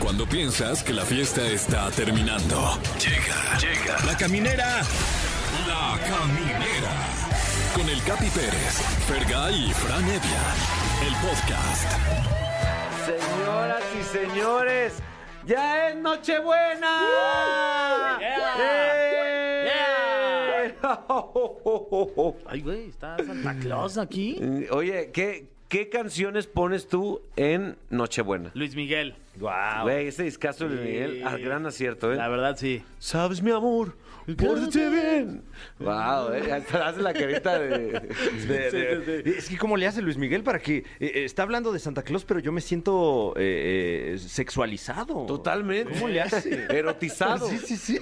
Cuando piensas que la fiesta está terminando. Llega, llega. La caminera. La caminera. Con el Capi Pérez, Fergay y Fran Evia. El podcast. Señoras y señores, ya es Nochebuena. ¡Eh! Ay, güey, está Santa Claus aquí. Oye, ¿qué, ¿qué canciones pones tú en Nochebuena? Luis Miguel. Güey, ese discazo de Luis Miguel, ah, gran acierto, ¿eh? La verdad, sí. Sabes, mi amor, pórtate bien. Wow, eh, hasta hace la carita de... de- de- Eh, Es que cómo le hace Luis Miguel para que eh, eh, está hablando de Santa Claus, pero yo me siento eh, eh, sexualizado. Totalmente. ¿Cómo le hace? Erotizado. Sí, sí, sí.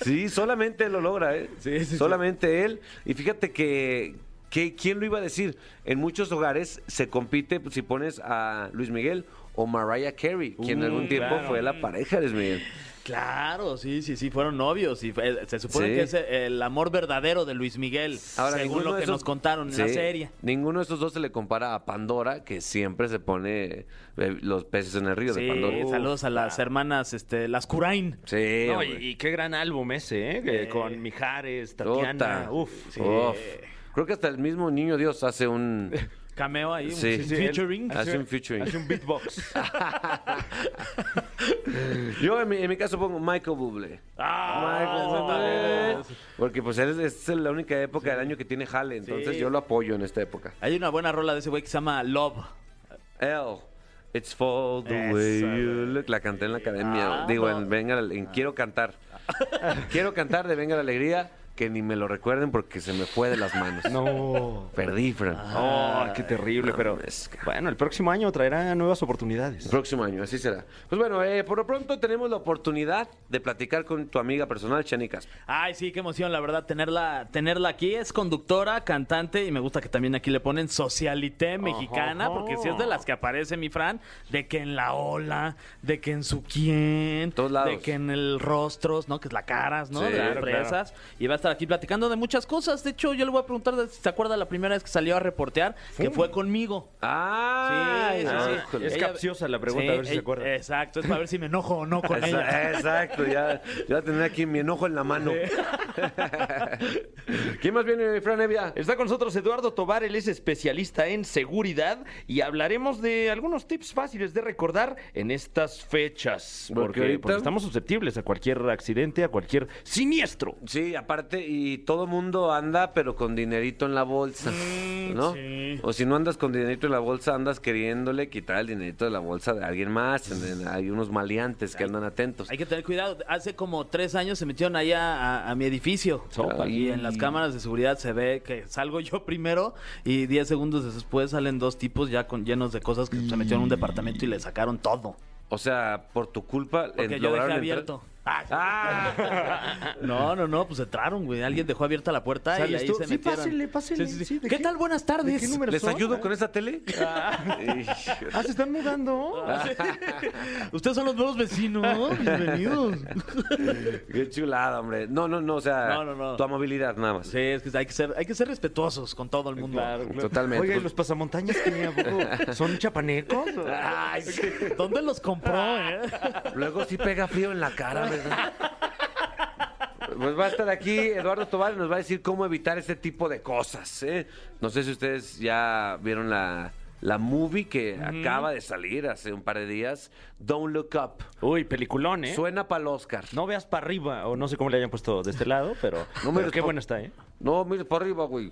Sí, solamente él lo logra, ¿eh? Sí, sí, solamente él. Y fíjate que, que, ¿quién lo iba a decir? En muchos hogares se compite pues, si pones a Luis Miguel o Mariah Carey, quien en Uh, algún tiempo claro. fue la pareja de Luis Miguel. Claro, sí, sí, sí, fueron novios y fue- se supone Sí. que es eh, el amor verdadero de Luis Miguel, según ninguno lo de que esos- nos contaron en la Sí, serie. Ninguno de estos dos se le compara a Pandora, que siempre se pone eh, los peces en el río de Sí, Pandora. saludos a las hermanas, este, las Curain. Sí, No, hombre. y, y qué gran álbum ese, ¿eh? Que Con Mijares, Tatiana. Tota. Uf. Uf. Creo que hasta el mismo Niño Dios hace un... Cameo ahí, Sí. un Sí, él- featuring. hace un featuring. Ah, Hace un beatbox. Yo en mi, en mi caso pongo Michael Bublé. Ah, Michael Bublé. Porque pues él es, es la única época del año que tiene Jale, entonces Sí. yo lo apoyo en esta época. Hay una buena rola de ese güey que se llama Love. L, it's for the Esa, way you güey. look. La canté en la academia. Ah, Digo, no. en Venga la- en Quiero cantar. Quiero cantar de Venga la Alegría, que ni me lo recuerden porque se me fue de las manos. No. Perdí, Fran. Ah. Oh, qué terrible, pero mames, cabrón. bueno, el próximo año traerá nuevas oportunidades. El próximo año, así será. Pues bueno, eh, por lo pronto tenemos la oportunidad de platicar con tu amiga personal, Chani Casper. Ay, sí, qué emoción, la verdad, tenerla, tenerla aquí. Es conductora, cantante y me gusta que también aquí le ponen socialité mexicana, Ajá. porque si es de las que aparece mi Fran, de que en la ola, de que en su quién, Todos lados. de que en el rostros, ¿no? Que es la caras, ¿no? Sí, de las claro, fresas. Y va a estar aquí platicando de muchas cosas. De hecho, yo le voy a preguntar de- si se acuerda la primera vez que salió a reportear, que fue conmigo. Ah, Sí, sí, ah, sí. híjole. Es Ella- capciosa la pregunta, a ver si se ella- acuerda. Exacto, es para ver si me enojo o no con Esa- ella. Exacto, ya, ya tendré aquí mi enojo en la mano. ¿Quién más viene, Fran Evia? Está con nosotros Eduardo Tobar, él es especialista en seguridad y hablaremos de algunos tips fáciles de recordar en estas fechas. Porque Porque, ahorita- porque estamos susceptibles a cualquier accidente, a cualquier siniestro. Sí, aparte, y todo mundo anda, pero con dinerito en la bolsa, ¿no? Mm, sí. O si no andas con dinerito en la bolsa, andas queriéndole quitar el dinerito de la bolsa de alguien más. en- en- Hay unos maleantes que andan atentos. Hay que tener cuidado. Hace como tres años se metieron allá a, a mi edificio. Sopa. Y en las cámaras de seguridad se ve que salgo yo primero y diez segundos después salen dos tipos ya con llenos de cosas que se metieron en un departamento y le sacaron todo. O sea, por tu culpa, Porque en- yo dejé lograron entrar. abierto. Ah. No, no, no, pues entraron, güey. Alguien dejó abierta la puerta y ¿Sales ahí tú? se Sí, metieron. pásele, pásele. Sí, sí, sí. Sí, ¿de ¿Qué qué- tal? Buenas ¿De tardes. qué número ¿Les son? ayudo con esa tele? Hijo. Ah, se están mudando. Ustedes son los nuevos vecinos. Bienvenidos. Qué chulada, hombre. No, no, no, o sea, No, no, no. tu amabilidad nada más. Sí, es que hay que ser, hay que ser respetuosos con todo el mundo. Totalmente. Oiga, Ah, ¿y los pasamontañas que a poco son chapanecos? Ay, sí. ¿Dónde los compró, eh? Luego sí pega frío en la cara, ¿verdad? Pues va a estar aquí Eduardo Tobar y nos va a decir cómo evitar este tipo de cosas. ¿eh? No sé si ustedes ya vieron la, la movie que acaba de salir hace un par de días, Don't Look Up. Uy, peliculón, ¿eh? Suena para el Oscar. No veas para arriba, o no sé cómo le hayan puesto de este lado, pero, No me pero qué respo- bueno está, ¿eh? No, mire, para arriba, güey.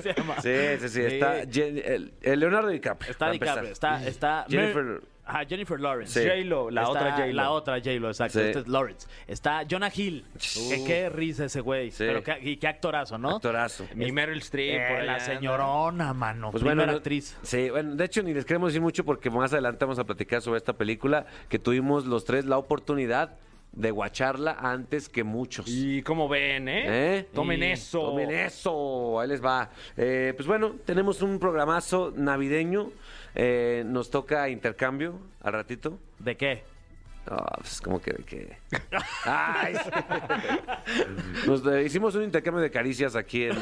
Se llama. Sí, sí, sí. Está Sí. Jen- el- el Leonardo DiCaprio. Está para empezar. DiCaprio, está, está Jennifer- Mer- Ajá, Jennifer Lawrence. Sí. J-Lo, la Está otra J-Lo. La otra J-Lo, exacto. Sí. Este es Lawrence. Está Jonah Hill. Que qué risa ese güey. Sí. Pero qué, y qué actorazo, ¿no? Actorazo. Mi Meryl Streep. Eh, por allá la anda. señorona, mano. Pues primera bueno, no- actriz. Sí, bueno, de hecho ni les queremos decir mucho porque más adelante vamos a platicar sobre esta película que tuvimos los tres la oportunidad de guacharla antes que muchos. Y como ven, ¿eh? Pues, ¿Eh? Tomen Y- eso. Tomen eso. Ahí les va. Eh, pues bueno, tenemos un programazo navideño. Eh, nos toca intercambio al ratito. ¿De qué? Ah, pues como que... que- Ay, sí. Nos eh, hicimos un intercambio de caricias aquí en,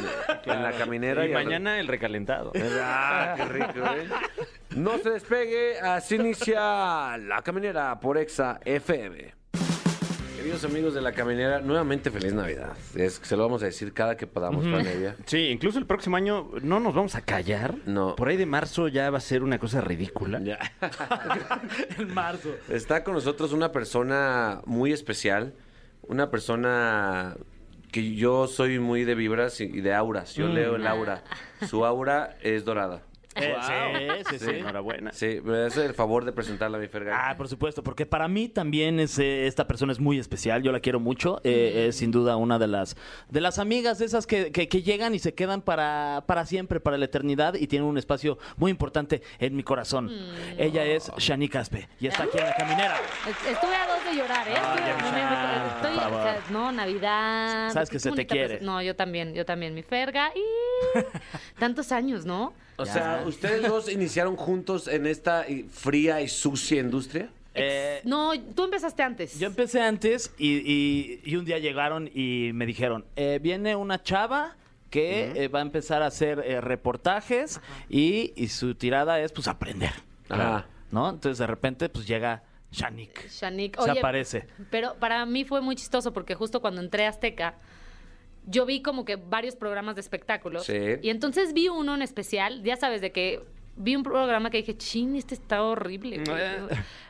en la caminera. Y al- mañana el recalentado. Ah, qué rico, ¿eh? No se despegue, así inicia La Caminera por Exa FM. Queridos amigos de La Caminera, nuevamente feliz Navidad. Es que se lo vamos a decir cada que podamos, Fran Evia. Sí, incluso el próximo año no nos vamos a callar. No. Por ahí de marzo ya va a ser una cosa ridícula. en marzo. Está con nosotros una persona muy especial, una persona que yo soy muy de vibras y de auras. Yo leo el aura. Su aura es dorada. Eh, Wow. Sí, sí, sí. Enhorabuena. Sí, me hace el favor de presentarla a mi Fergay. Ah, por supuesto, porque para mí también es, eh, esta persona es muy especial, yo la quiero mucho, eh, es sin duda una de las de las amigas de esas que, que- que llegan y se quedan para, para siempre, para la eternidad y tienen un espacio muy importante en mi corazón. Ella es Shani Caspe y está aquí en la caminera. Estuve a dos de llorar, ¿eh? Ay, Estuve- Emma, me- me- estoy- por favor. o sea, no, Navidad. Sabes qué que se te bonita quiere. pres- No, yo también, yo también, mi ferga. Y tantos años, ¿no? O Ya. sea, ¿ustedes dos iniciaron juntos en esta y- fría y sucia industria? Eh, No, tú empezaste antes. Yo empecé antes y, y- y un día llegaron y me dijeron, "Eh, viene una chava que eh, va a empezar a hacer eh, reportajes y, y su tirada es pues aprender. Ah. Ajá. ¿No? Entonces de repente pues llega Shanik. Shanik, Se oye, aparece. Pero para mí fue muy chistoso porque justo cuando entré a Azteca, yo vi como que varios programas de espectáculos. Sí. Y entonces vi uno en especial, ya sabes, de que vi un programa que dije, chin, este está horrible. güey". Eh.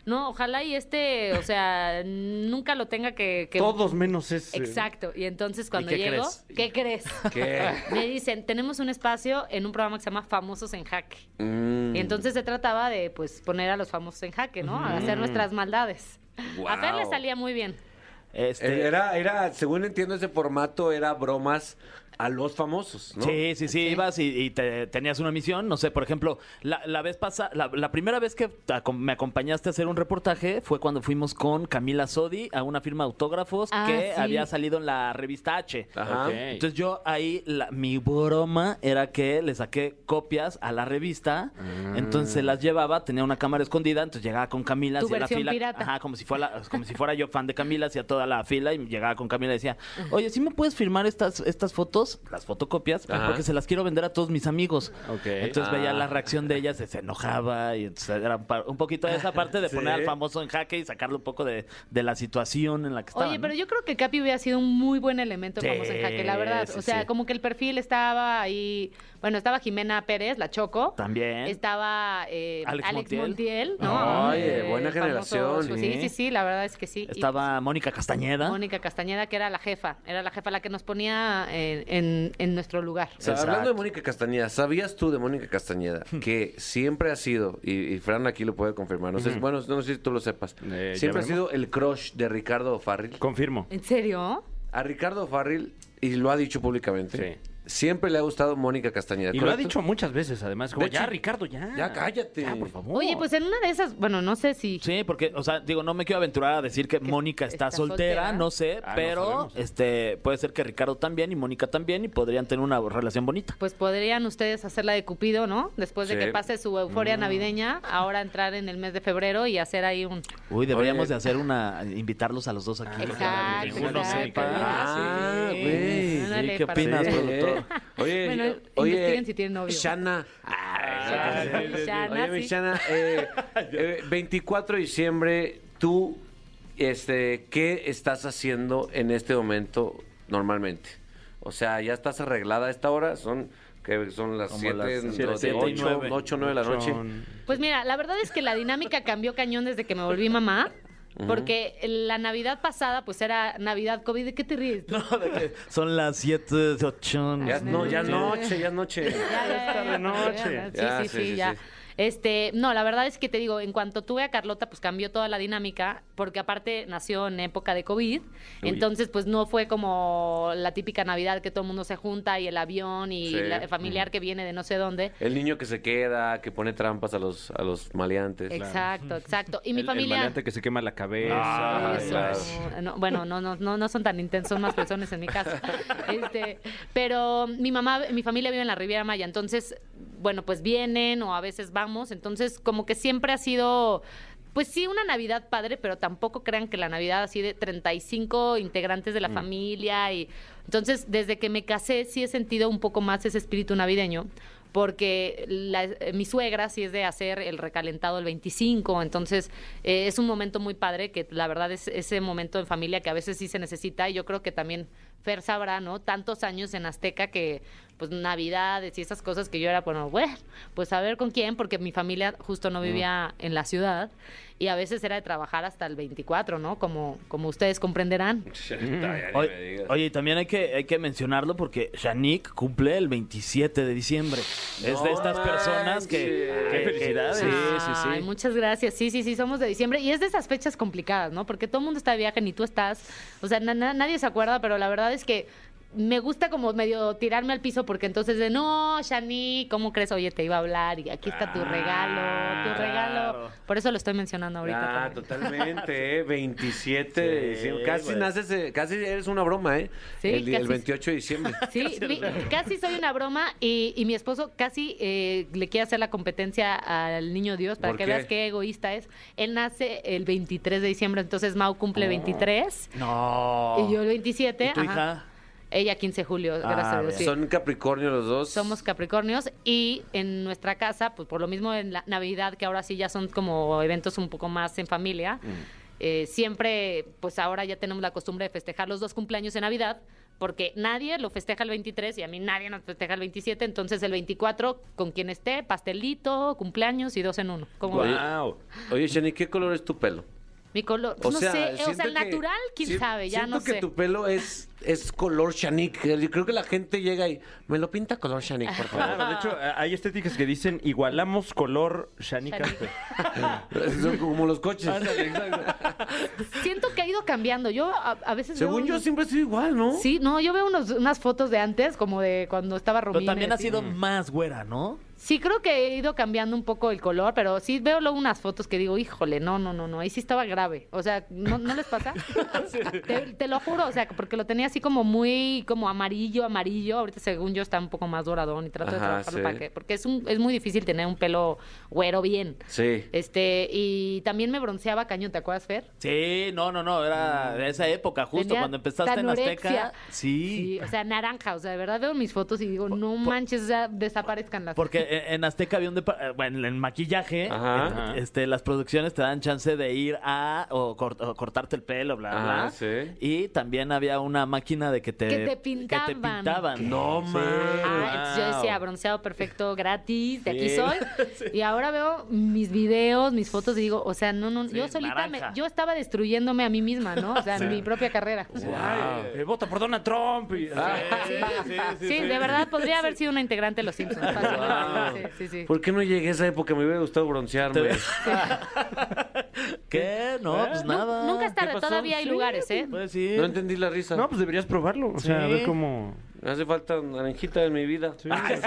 No, ojalá y este, o sea, nunca lo tenga que... que- Todos menos ese. Exacto. Y entonces cuando qué llego, crees? ¿qué crees? ¿Qué? Me dicen, tenemos un espacio en un programa que se llama Famosos en Jaque. Mm. Y entonces se trataba de pues poner a los famosos en jaque, ¿no? A hacer nuestras maldades. A Fer le Guau. salía muy bien. Este, Eh, Era, era, según entiendo ese formato, era bromas a los famosos, ¿no? Sí, sí, sí, ibas y, y te- tenías una misión, no sé, por ejemplo, la, la vez pasa, la, la primera vez que te acom- me acompañaste a hacer un reportaje fue cuando fuimos con Camila Sodi a una firma de autógrafos Ah, que sí. había salido en la revista H. Ajá. Ok. Entonces yo ahí, la- mi broma era que le saqué copias a la revista, Ah. entonces se las llevaba, tenía una cámara escondida, entonces llegaba con Camila, Tu hacía la versión fila, pirata. ajá, como si, fuera, como si fuera yo fan de Camila, hacía toda la fila y llegaba con Camila y decía, oye, ¿sí me puedes firmar estas, estas fotos, las fotocopias, Ajá. porque se las quiero vender a todos mis amigos? Ok. Entonces veía Ah. la reacción de ella, se, se enojaba y entonces era un par- un poquito de esa parte de poner al famoso en jaque y sacarlo un poco de, de la situación en la que estaba. Oye, ¿no? pero yo creo que Capi hubiera sido un muy buen elemento de Sí, famosos en jaque, la verdad. sí, o sea, sí. como que el perfil estaba ahí. Bueno, estaba Jimena Pérez, la Choco. También. Este, Estaba eh, Alex Alex, Montiel. Montiel. ¿no? Oye, buena el famoso- generación, sí, ¿eh? sí, sí, la verdad es que sí. Y Estaba Mónica Castañeda. Mónica Castañeda, que era la jefa. Era la jefa la que nos ponía en, en- en nuestro lugar. O sea, Exacto. hablando de Mónica Castañeda, ¿sabías tú de Mónica Castañeda Hmm. que siempre ha sido, y, y Fran aquí lo puede confirmar, no sé, bueno, no sé si tú lo sepas, Eh, ya siempre ha sido veremos. el crush de Ricardo Farril? Confirmo. ¿En serio? A Ricardo Farril, y lo ha dicho públicamente, Sí. siempre le ha gustado Mónica Castañeda. Y lo ha ¿correcto? dicho muchas veces, además. Como, De hecho- ya, Ricardo, ya. Ya, cállate. Ya, por favor. Oye, pues en una de esas, bueno, no sé si Sí, porque, o sea, digo, no me quiero aventurar a decir que Mónica está, está soltera, soltera. no sé, Ah, no pero sabemos. este puede ser que Ricardo también y Mónica también y podrían tener una relación bonita. pues podrían ustedes hacer la de Cupido, ¿no? Después de Sí. que pase su euforia navideña, ahora entrar en el mes de febrero y hacer ahí un... Uy, deberíamos Oye. de hacer una, invitarlos a los dos aquí. Exacto, para que ninguno exacto. sepa. Ah, güey. Sí, Ándale, ¿Qué para que opinas, vean. productor? Ah, Oye, Bueno, yo- oye, investiguen si tienen novio. Shana. Ay, Shana. sí, sí, sí. Oye, mi Shana, eh, eh, 24 de diciembre, tú, este, ¿qué estás haciendo en este momento normalmente? O sea, ya estás arreglada a esta hora, son que son las Como 7, las siete, siete y 8, nueve. 8, 9 de la noche. Pues mira, la verdad es que la dinámica cambió cañón desde que me volví mamá. Porque la Navidad pasada, pues era Navidad COVID. ¿De qué te ríes? tú? No, de que son las 7, 8. Ya, no, ya es noche, ya es noche. Ya, ya, ya, de ya, noche. ya, ya, Ya, Sí, sí, sí, sí, sí, ya. sí. Este, no, la verdad es que te digo, en cuanto tuve a Carlota, pues cambió toda la dinámica, porque aparte nació en época de COVID, entonces pues no fue como la típica Navidad que todo el mundo se junta y el avión y Sí. la- el familiar que viene de no sé dónde. El niño que se queda, que pone trampas a los, a los maleantes. Exacto, exacto. Y mi el, familia... maleante que se quema la cabeza. Ah, Eso. claro. No, bueno, no, no, no, no son tan intensos, son más personas en mi casa. Este, pero mi mamá, mi familia vive en la Riviera Maya, entonces, bueno, pues vienen o a veces vamos, entonces como que siempre ha sido... Pues sí, una Navidad padre, pero tampoco crean que la Navidad así de 35 integrantes de Mm. la familia y entonces desde que me casé sí he sentido un poco más ese espíritu navideño, porque la- eh, mi suegra sí es de hacer el recalentado el 25, entonces eh, es un momento muy padre que la verdad es ese momento en familia que a veces sí se necesita y yo creo que también Fer sabrá, ¿no? Tantos años en Azteca que pues navidades y esas cosas que yo era, bueno, bueno, pues a ver con quién, porque mi familia justo no vivía en la ciudad y a veces era de trabajar hasta el 24, ¿no? Como, como ustedes comprenderán. Oye, oye, y también hay que, hay que mencionarlo porque Shanique cumple el 27 de diciembre. es de estas personas que, manches. que- Ay, felicidades. Sí, sí, sí. Ay, muchas gracias. Sí, sí, sí, somos de diciembre. Y es de esas fechas complicadas, ¿no? Porque todo el mundo está de viaje, ni tú estás. O sea, na- na- nadie se acuerda, pero la verdad es que me gusta como medio tirarme al piso porque entonces de, no, Shani, ¿cómo crees? Oye, te iba a hablar y aquí está tu regalo, tu regalo. Ah, claro. Por eso lo estoy mencionando ahorita. Ah, también. totalmente, ¿eh? 27 de Sí, diciembre. Casi güey. naces, eh, casi eres una broma, ¿eh? Sí, el, el casi. 28 de diciembre. Sí, vi- casi, soy una broma y, y mi esposo casi eh, le quiere hacer la competencia al niño Dios para ¿Por que qué? veas qué egoísta es. Él nace el 23 de diciembre, entonces Mau Oh. cumple 23 No. y yo el 27. Oh. ¿Y tu ajá. hija? Ella 15 de julio, gracias Ah, a Dios. bien. sí. Son Capricornio los dos. Somos Capricornios y en nuestra casa, pues por lo mismo en la Navidad, que ahora sí ya son como eventos un poco más en familia, eh, siempre, pues ahora ya tenemos la costumbre de festejar los dos cumpleaños de Navidad, porque nadie lo festeja el 23 y a mí nadie nos festeja el 27, entonces el 24 con quien esté, pastelito, cumpleaños y dos en uno. Como Oye, Oye, Shani, ¿qué color es tu pelo? mi color, no sé, eh, o sea, siento el que- natural, quién sí, sabe, ya siento no sé. que tu pelo es, es color Shanique. Yo Creo que la gente llega y me lo pinta color Shanique, por favor. Claro, de hecho, hay estéticas que dicen igualamos color Shanika. Shanique. Ah. Son como los coches. Siento que ha ido cambiando. Yo a, a veces veo Según yo unos- siempre he sido igual, ¿no? Sí, no, yo veo unos- unas fotos de antes, como de cuando estaba Romina. Pero también ha sido más güera, ¿no? Sí, creo que he ido cambiando un poco el color, pero sí veo luego unas fotos que digo, híjole, no, no, no, no, ahí sí estaba grave. O sea, ¿no, no les pasa? te, te lo juro, o sea, porque lo tenía así como muy, como amarillo, amarillo. Ahorita, según yo, está un poco más doradón y trato de Ajá, trabajarlo sí. para que... Porque es, un- es muy difícil tener un pelo güero bien. Sí. Este, y también me bronceaba cañón, ¿te acuerdas, Fer? Sí, no, no, no, era de esa época, justo Tenía cuando empezaste en Azteca. tanorexia. Sí. Sí, o sea, naranja. O sea, de verdad veo mis fotos y digo, no manches, ya desaparezcan las Porque en- en Azteca había un depa- eh, bueno, en maquillaje, Ajá. en- este, las producciones te dan chance de ir a o, cort- o cortarte el pelo, bla, Ajá, bla. sí. Y también había una máquina de que te, Que te Que te pintaban. pintaban. No, man. Ah, entonces yo decía bronceado perfecto, gratis, de aquí soy. Y ahora veo mis videos, mis fotos y digo, o sea, no, no, yo solita, me- naranja. yo estaba destruyéndome a mí misma, ¿no? O sea, mi propia carrera. Ah. eh, vota por Donald Trump. y- Sí, Ah, Sí, de verdad, podría haber sido una integrante de Los Simpsons. fácilmente. Sí, sí, sí. Pues ¿Por qué no llegué a esa época? Me hubiera gustado broncearme. ¿Qué? No, pues Nu- nada. Pues Nunca es tarde, pasó? todavía hay Sí, lugares, ¿eh? Puedes ir. No entendí la risa. No, pues deberías probarlo. O sea, a Sí. ver cómo. Me hace falta naranjita en mi vida. Ay, sí.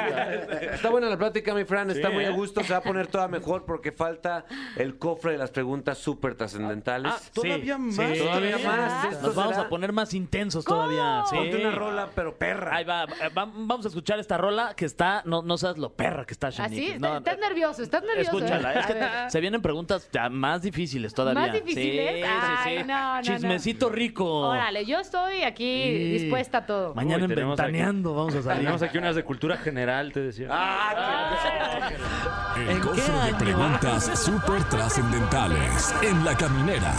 está buena la plática, mi Fran. Está Sí, muy a ¿eh? gusto. Se va a poner toda mejor porque falta el cofre de las preguntas súper trascendentales. Ah, todavía más. Todavía más. Esto este, Nos vamos será- a poner más intensos todavía. sí. Ponte una rola, pero perra. Ahí va, eh, va- vamos a escuchar esta rola que está, no, no sabes lo perra que está Así, Shanique. pues, No, eh, estás Ah, estás nervioso, estás nervioso. Escúchala, ¿eh? es que A ver. se vienen preguntas ya más difíciles todavía. ¿Más difíciles? Sí, sí, Ay, sí. no, no, Chismecito rico. Órale, yo estoy aquí Sí. dispuesta a todo. Mañana Uy, en tenemos aquí- Ventaneando vamos a salir. Ah. Tenemos aquí unas de cultura general, te decía. Ah, El ¿En qué cofre de año? preguntas súper trascendentales en la caminera.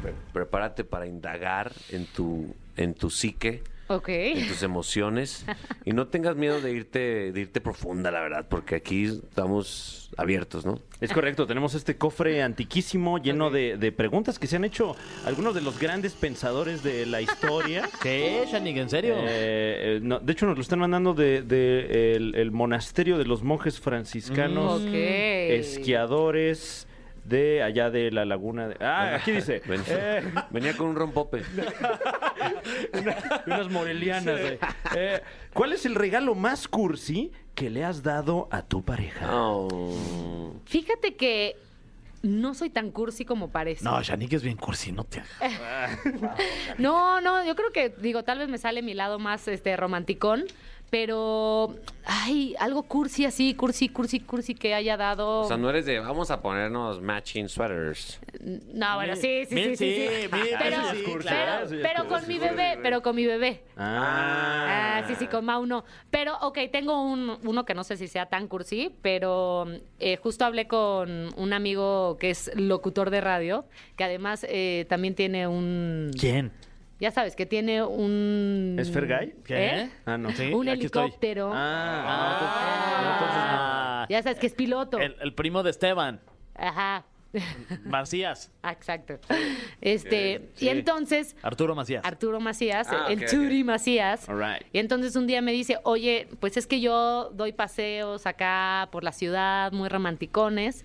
Pre- Prepárate para indagar en tu, en tu psique. Ok. en tus emociones y no tengas miedo de irte de irte profunda, la verdad, porque aquí estamos abiertos, ¿no? Es correcto, tenemos este cofre antiquísimo lleno de, de preguntas que se han hecho algunos de los grandes pensadores de la historia. ¿Qué, Shanique? ¿En serio? Eh, eh, no, de hecho, nos lo están mandando de, de el, el monasterio de los monjes franciscanos, Mm. Ok. esquiadores de allá de la laguna. de- ah, aquí dice. Ven- eh, Venía con un rompope. una- unas morelianas. eh. Eh, ¿Cuál es el regalo más cursi que le has dado a tu pareja? Oh. Fíjate que no soy tan cursi como parece. No, Shanique es bien cursi, no te... Eh. No, no, yo creo que, digo, tal vez me sale mi lado más este romanticón, Pero, ay, algo cursi así, cursi, cursi, cursi que haya dado. O sea, no eres de vamos a ponernos matching sweaters. No, bueno, sí, sí, Mil sí, sí, sí, sí. mil Pero, sí, sí, pero- claro, sí, es pero con cursi, mi bebé, pero con mi bebé. Ah. Ah, sí, sí, con Mau no. Pero, ok, tengo un- uno que no sé si sea tan cursi, pero eh, justo hablé con un amigo que es locutor de radio, que además eh, también tiene un... ¿Quién? Ya sabes, que tiene un... ¿Es Fergay? ¿Eh? Ah, no. Sí, un aquí estoy. helicóptero. Ah, Ah. Ya sabes que es piloto. El, el primo de Esteban, Ajá. Macías, Ah, Exacto. Este, sí. y entonces Arturo Macías. Arturo Macías, Ah, el ok, Churi ok. Macías. All right. Y entonces un día me dice, oye, pues es que yo doy paseos acá por la ciudad, muy romanticones.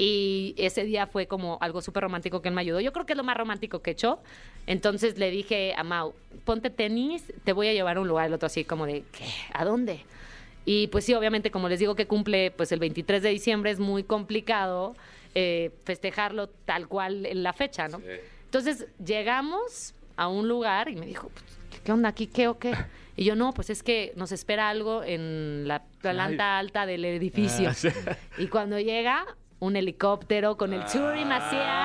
Y ese día fue como algo súper romántico que él me ayudó. Yo creo que es lo más romántico que he hecho. Entonces le dije a Mau, ponte tenis, te voy a llevar a un lugar. El otro así como de, ¿qué? ¿A dónde? Y pues sí, obviamente, como les digo que cumple pues el 23 de diciembre, es muy complicado eh, festejarlo tal cual en la fecha, ¿no? Entonces llegamos a un lugar y me dijo, pues, ¿qué- ¿qué onda aquí? ¿Qué o qué? Y yo, no, pues es que nos espera algo en la planta alta del Ah, edificio. Y cuando llega, un helicóptero con el Ah, Churi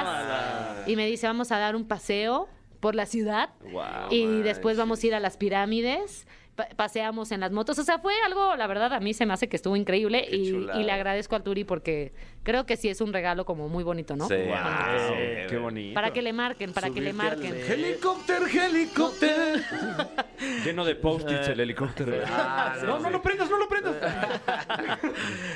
Macías y me dice, vamos a dar un paseo por la ciudad Guau, y manches. después vamos a ir a las pirámides. pa- Paseamos en las motos, o sea, fue algo, la verdad, a mí se me hace que estuvo increíble Qué y, chulada. y le agradezco al Turi porque creo que sí es un regalo como muy bonito, ¿no? Ah, Wow, Sí. oh, qué bonito. Para que le marquen, para que le Subirte al marquen. helicóptero. Helicóptero, helicóptero. Lleno de post-its el helicóptero. Ah, no, no lo prendas, no lo prendas.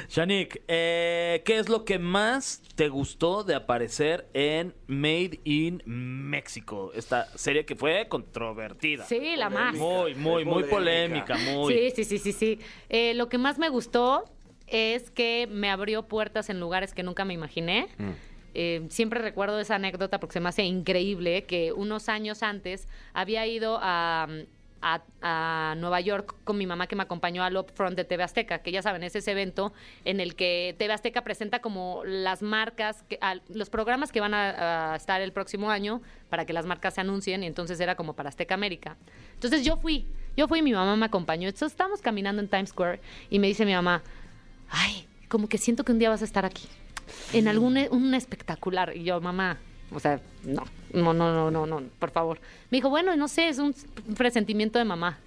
Shanik, eh, ¿qué es lo que más te gustó de aparecer en Made in México? Esta serie que fue controvertida. Sí, la más. Muy, muy, muy polémica, muy. Sí, sí, sí, sí, sí. Eh, lo que más me gustó es que me abrió puertas en lugares que nunca me imaginé. Eh, siempre recuerdo esa anécdota porque se me hace increíble que unos años antes había ido a, a- a Nueva York con mi mamá que me acompañó al Upfront de TV Azteca, que ya saben, es ese evento en el que TV Azteca presenta como las marcas, que- al- los programas que van a, a estar el próximo año para que las marcas se anuncien y entonces era como para Azteca América. Entonces yo fui, yo fui y mi mamá me acompañó. Entonces estábamos caminando en Times Square y me dice mi mamá, ay, como que siento que un día vas a estar aquí. En algún e- un espectacular. Y yo, mamá, o sea, no, no, no, no, no, no, por favor. Me dijo, bueno, no sé, es un s- presentimiento de mamá.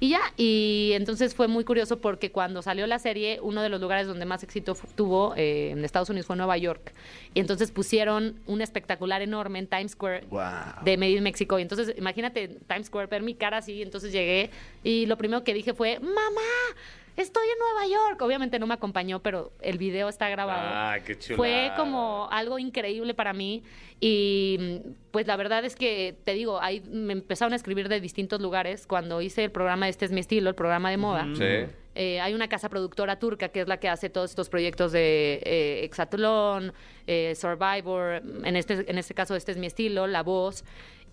Y ya, y entonces fue muy curioso porque cuando salió la serie, uno de los lugares donde más éxito fu- tuvo eh, en Estados Unidos fue Nueva York. Y entonces pusieron un espectacular enorme en Times Square de Medellín, México. Y entonces, imagínate, Times Square, ver mi cara así. Entonces llegué y lo primero que dije fue, mamá, estoy en Nueva York. Obviamente no me acompañó, pero el video está grabado. Ah, qué chulada. Fue como algo increíble para mí y mm, pues la verdad es que te digo, ahí me empezaron a escribir de distintos lugares cuando hice el programa Este es mi estilo, el programa de moda. Sí. Eh, hay una casa productora turca que es la que hace todos estos proyectos de eh, Exatulón, eh, Survivor, en este, en este caso este es mi estilo, La Voz.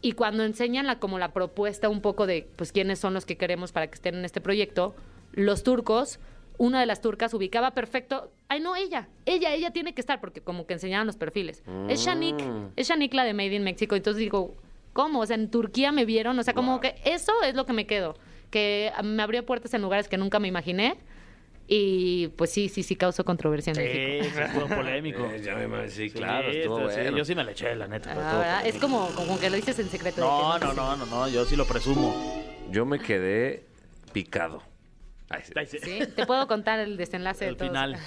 Y cuando enseñan la, como la propuesta un poco de pues quiénes son los que queremos para que estén en este proyecto, los turcos, una de las turcas ubicaba perfecto, ay no, ella, ella, ella tiene que estar, porque como que enseñaban los perfiles. Es Shanik, Mm. es Shanik la de Made in México. Entonces digo, ¿cómo? O sea, en Turquía me vieron, o sea, como que eso es lo que me quedo que me abrió puertas en lugares que nunca me imaginé. Y pues sí, sí, sí causó controversia en Sí, México. sí, estuvo polémico. Eh, ya me imagino, sí, claro, Sí, estuvo esto- sí, bueno. Yo sí me la eché, la neta. Ah, pero estuvo ¿verdad? es polémico. como, como que lo dices en secreto. de No, que no, no, no, no, yo sí lo presumo. Yo me quedé picado. Ay, sí. Ahí sí. ¿Sí? Te puedo contar el desenlace de El todos. final.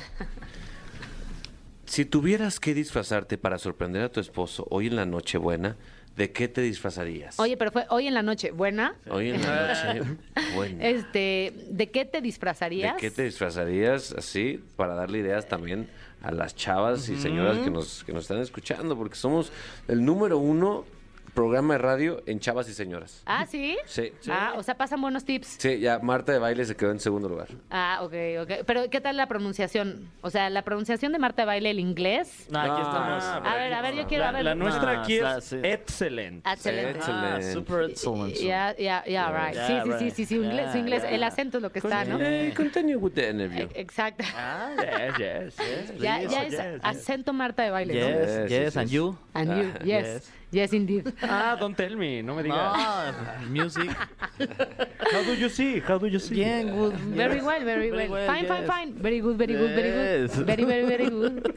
Si tuvieras que disfrazarte para sorprender a tu esposo hoy en la Nochebuena, ¿de qué te disfrazarías? Oye, eh, pero fue hoy en la noche. Buena. Hoy en la Nochebuena. Este, ¿de qué te ¿De disfrazarías? qué te disfrazarías así para darle ideas también a las chavas y señoras que nos, que nos están escuchando? Porque somos el número uno programa de radio en chavas y señoras. Ah, ¿sí? Sí. Ah, o sea, pasan buenos tips. Sí, ya Marta de Baile se quedó en segundo lugar. Ah, ok, ok. Pero, ¿qué tal la pronunciación? O sea, la pronunciación de Marta de Baile, el inglés. No, Ah, aquí estamos. A ver, a ver, yo quiero. La, a ver. la nuestra No, aquí es está- sí. excelente. Excelente. Ah, Excelente. super excellent. Ya, ya, ya, right. Yeah, Sí, sí, sí, right. sí, sí, su inglés, su Yeah, inglés, yeah. el acento es lo que está, ¿no? Eh, continue with the interview. E- Exacto. Ah, yes, yes, yes. Ya, Yes, ya es yes, yes. acento Marta de baile, ¿no? Yes, Yes, yes, yes, and yes. you. And you, yes. Yes, indeed. Ah, don't tell me, no me digas. No, music. How do you see? How do you see? Bien, good. Very yes. well, very, well. Fine, fine, yes. fine. Very good, very good, very good. Yes. Very, very, very good.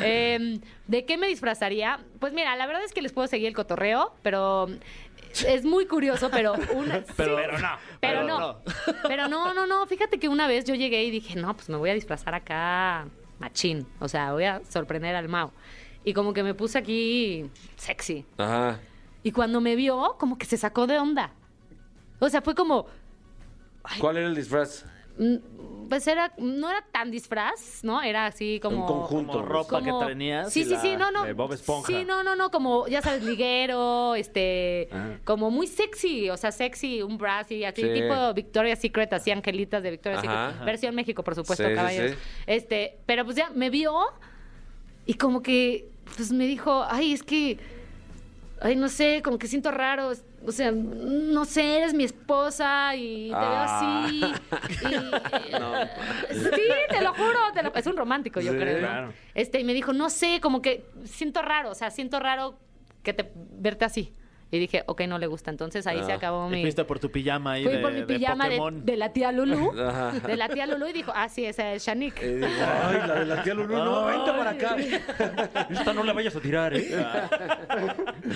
Em, ¿De qué me disfrazaría? Pues mira, la verdad es que les puedo seguir el cotorreo, pero es muy curioso, pero una. Pero- sí, pero no, Pero, pero no. no. Pero no, no, no. Fíjate que una vez yo llegué y dije, no, pues me voy a disfrazar acá machín. O sea, voy a sorprender al Mao. Y como que me puse aquí sexy. Ajá. Y cuando me vio, como que se sacó de onda. O sea, fue como, ¿Cuál era el disfraz? Mm, Pues era, no era tan disfraz, ¿no? Era así como. Un conjunto. Como ropa como- que tenías. y Sí, sí, la- sí, no, no. de Bob Esponja. Sí, no, no, no, como, ya sabes, liguero, este. Como muy sexy, o sea, sexy, un bra así, así, Ah. Sí. tipo Victoria's Secret, así, angelitas de Victoria's Ajá. Secret. Versión México, por supuesto, Sí, sí, caballeros. sí. Este, pero pues ya me vio y como que, pues me dijo, ay, es que. Ay, no sé, como que siento raro. es- O sea, no sé, eres mi esposa y te Ah. veo así. y- Sí, te lo juro. te lo- es un romántico, yo Sí, creo. ¿no? claro. Este, y me dijo, no sé, como que siento raro. O sea, siento raro que te verte así. Y dije, ok, no le gusta. Entonces ahí se Ah. acabó Y mi. fuiste por tu pijama ahí Fui de, por mi de pijama de, Pokémon. de la tía Lulu. Ajá. De la tía Lulu y dijo, ah, sí, esa es Shanik. Eh, digo, ay, la de la tía Lulú, no, vente para acá. Esta no la vayas a tirar, ¿eh? Ah,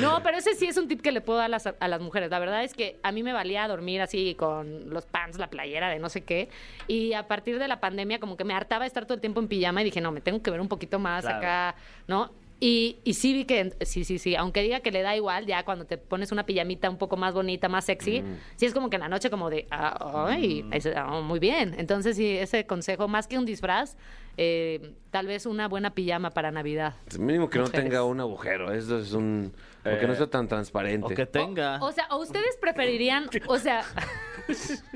No, pero ese sí es un tip que le puedo dar a las, a las mujeres. La verdad es que a mí me valía dormir así con los pants, la playera de no sé qué. Y a partir de la pandemia como que me hartaba de estar todo el tiempo en pijama y dije, no, me tengo que ver un poquito más Claro. acá, ¿no? Y, y sí vi que, sí, sí, sí, aunque diga que le da igual, ya cuando te pones una pijamita un poco más bonita, más sexy, sí es como que en la noche como de, ah, ay, es- ah, muy bien. Entonces sí, ese consejo, más que un disfraz, eh, tal vez una buena pijama para Navidad. Mínimo que no Mujeres. tenga un agujero, eso es un... Porque no sea tan transparente. Eh, O que tenga. O sea, ¿o ustedes preferirían, o sea,